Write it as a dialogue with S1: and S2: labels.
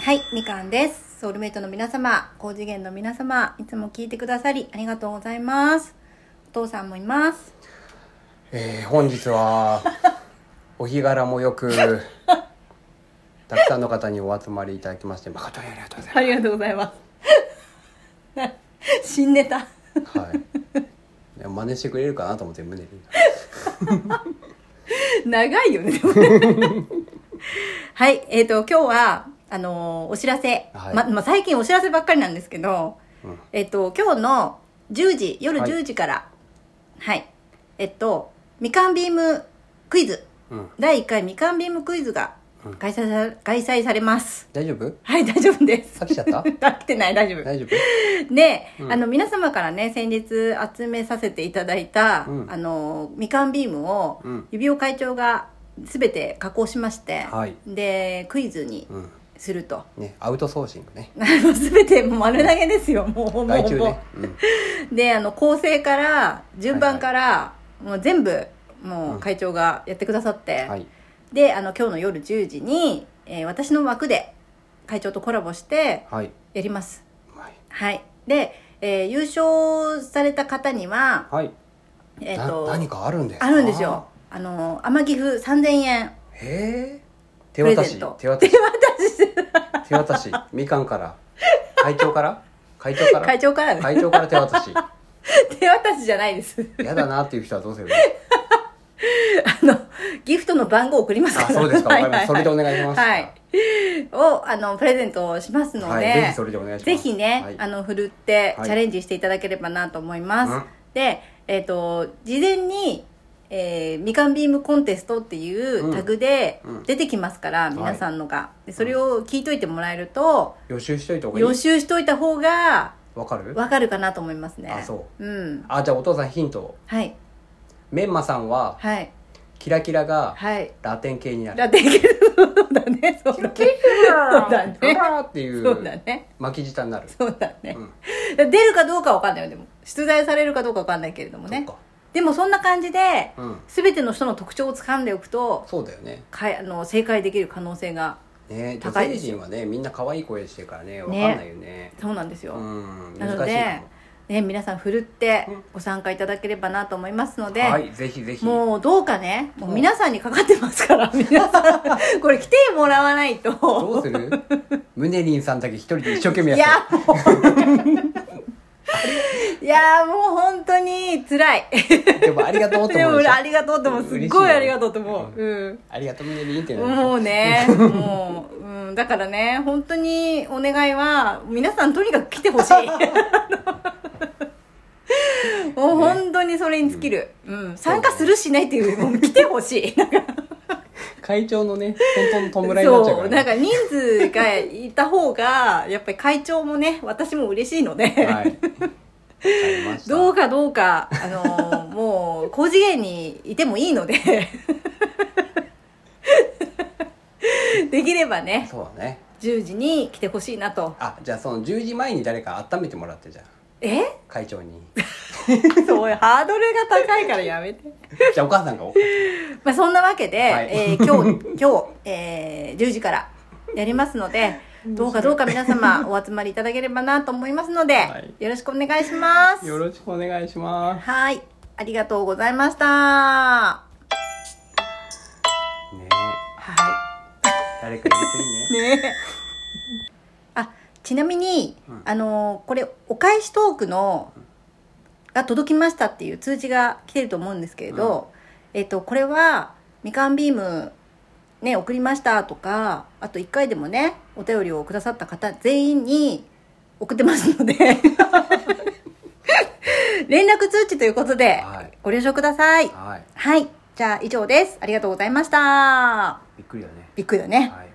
S1: はい、みかんです。ソウルメイトの皆様、高次元の皆様、いつも聞いてくださりありがとうございます。お父さんもいます。
S2: えー本日はお日柄も よくたくさんの方にお集まりいただきまして誠にありがとうござい
S1: ありがとうござい ます。新ネタ。
S2: ます、はいいや、真似してくれるかなと思って胸に
S1: 長いよ ね。はい、えっ、と、今日は、あのーお知らせ、
S2: はい
S1: ま、まあ、最近お知らせばっかりなんですけど、
S2: うん
S1: えっ、と、今日の10時、夜
S2: はい
S1: 10時から、はい、えっと、みかんビームクイズ、
S2: うん
S1: 第1回みかんビームクイズが開催さ,、開催されます。
S2: 大丈夫
S1: はい、大丈夫です。
S2: 飽きちゃった
S1: 飽きてない、大丈夫。
S2: 大丈夫
S1: で、あの皆様からね先日集めさせていただいた、
S2: うん
S1: あのみかんビームを
S2: うん
S1: 指尾会長が全て加工しまして、
S2: はい
S1: でクイズに
S2: うん
S1: すると、
S2: ねアウトソーシングね
S1: あの全てもう丸投げですよもうもう
S2: 外注ね
S1: も、
S2: うん、
S1: うであの構成から順番から、もう全部もう会長がやってくださって、
S2: はい
S1: であの今日の夜10時に、えー私の枠で会長とコラボして
S2: はい
S1: やります
S2: はい
S1: はい。で、えー優勝された方には、
S2: はい、
S1: えっ、
S2: な何
S1: と、
S2: かあるんですか
S1: あるんですよ。あの、天岐阜3000円。
S2: へえ手
S1: プレ
S2: 渡
S1: ゼ
S2: し
S1: ント
S2: 手渡し手渡しみかんから会長から会長から
S1: 会長からね。
S2: 会長から手渡し
S1: 手渡しじゃないです。
S2: 嫌だなっていう人はどうすればいい
S1: あの、ギフトの番号送りますから。
S2: あそうですかわかりましたそ
S1: はい
S2: れで
S1: はい
S2: お願いします
S1: はい。を、あの、プレゼントしますので、
S2: はいぜひそれでお願いします
S1: ぜひね、
S2: はい
S1: あの、振るって、
S2: はい
S1: チャレンジしていただければなと思います。
S2: うん
S1: で、えっ、と、事前に、えーみかんビームコンテストっていうタグで
S2: うんうん
S1: 出てきますから、
S2: い
S1: 皆さんのが。でそれを聞いといてもらえると、
S2: 予習しといた方がいい
S1: 予習しといた方が、
S2: わかる
S1: わかるかなと思いますね。。
S2: あそう
S1: うん。
S2: あじゃあお父さんヒント
S1: はい。
S2: メンマさんは
S1: はい。
S2: キラキラが
S1: はい。
S2: ラテン系になる
S1: ラテン系そうだ ね。そうだね。そうだね
S2: キラーってい
S1: そうだ
S2: う
S1: ね。
S2: 巻き舌になる
S1: そうだね、出るかどうかわかんないよでも出題されるかどうかわかんないけれどもね
S2: そっか
S1: でもそんな感じで、
S2: うん
S1: 全ての人の特徴をつかんでおくと
S2: そうだよね
S1: かいあの正解できる可能性が
S2: ね女
S1: 高いで
S2: 性
S1: すよ
S2: 陣はねみんな可愛い声してるからねわかんないよね
S1: そうなんですよ、
S2: うん
S1: な
S2: 難しい
S1: ので
S2: か、
S1: ね、皆さんふるって
S2: うん
S1: ご参加いただければなと思いますので、
S2: もはいぜひぜひ
S1: もうどうかねもう皆さんにかかってますから 皆さんこれ来てもらわないと
S2: どう するムネリンさんだけ一人で一生懸命
S1: い
S2: や
S1: や
S2: っ
S1: もう いやもう本当に辛い
S2: てるでもありがとうって
S1: でも
S2: 思うで
S1: 俺
S2: しょ
S1: ありがとうって思うすっごいありがとうって思う、うん
S2: ありがとうムネリンってなる
S1: もうねもう、うん、だからね本当にお願いは皆さんとにかく来てほしい もう本当にそれに尽きる、うん、参加するしないっていうよりも来てほしいなんか
S2: 会長のね本当の弔いになっちゃう
S1: そ
S2: か
S1: うな
S2: ら
S1: ん
S2: ね
S1: か人数がいた方がやっぱり会長もね私も嬉しいので、
S2: はいわかりました
S1: どうかどうか、あのーもう、高次元にいてもいいの で、できればね、
S2: そうだね
S1: 10時に来てほしいなと。
S2: あじゃあその10時前に誰か温めてもらってじゃあ
S1: え
S2: 会長に
S1: そう、ハードルが高いからやめて。
S2: じゃあお母さんがお
S1: まあ、そんなわけで、
S2: はい
S1: えー今日、 今日、えー10時からやりますので、どうかどうか皆様お集まりいただければなと思いますので、
S2: はい
S1: よろしくお願いします。
S2: よろしくお願いしま
S1: はい。ありがとうございました。は
S2: すね
S1: い。
S2: え誰かいるといいね
S1: ねあちなみに、
S2: うん
S1: あのーこれお返しトークのが届きましたっていう通知が来てると思うんですけれど、えっとこれはみかんビームね送りましたとかあと1回でもねお便りをくださった方全員に送ってます ので連絡通知ということで
S2: はい
S1: ご了承ください
S2: はい
S1: はいじゃあ以上ですありがとうございました
S2: びっくりだね
S1: びっくりだね
S2: はい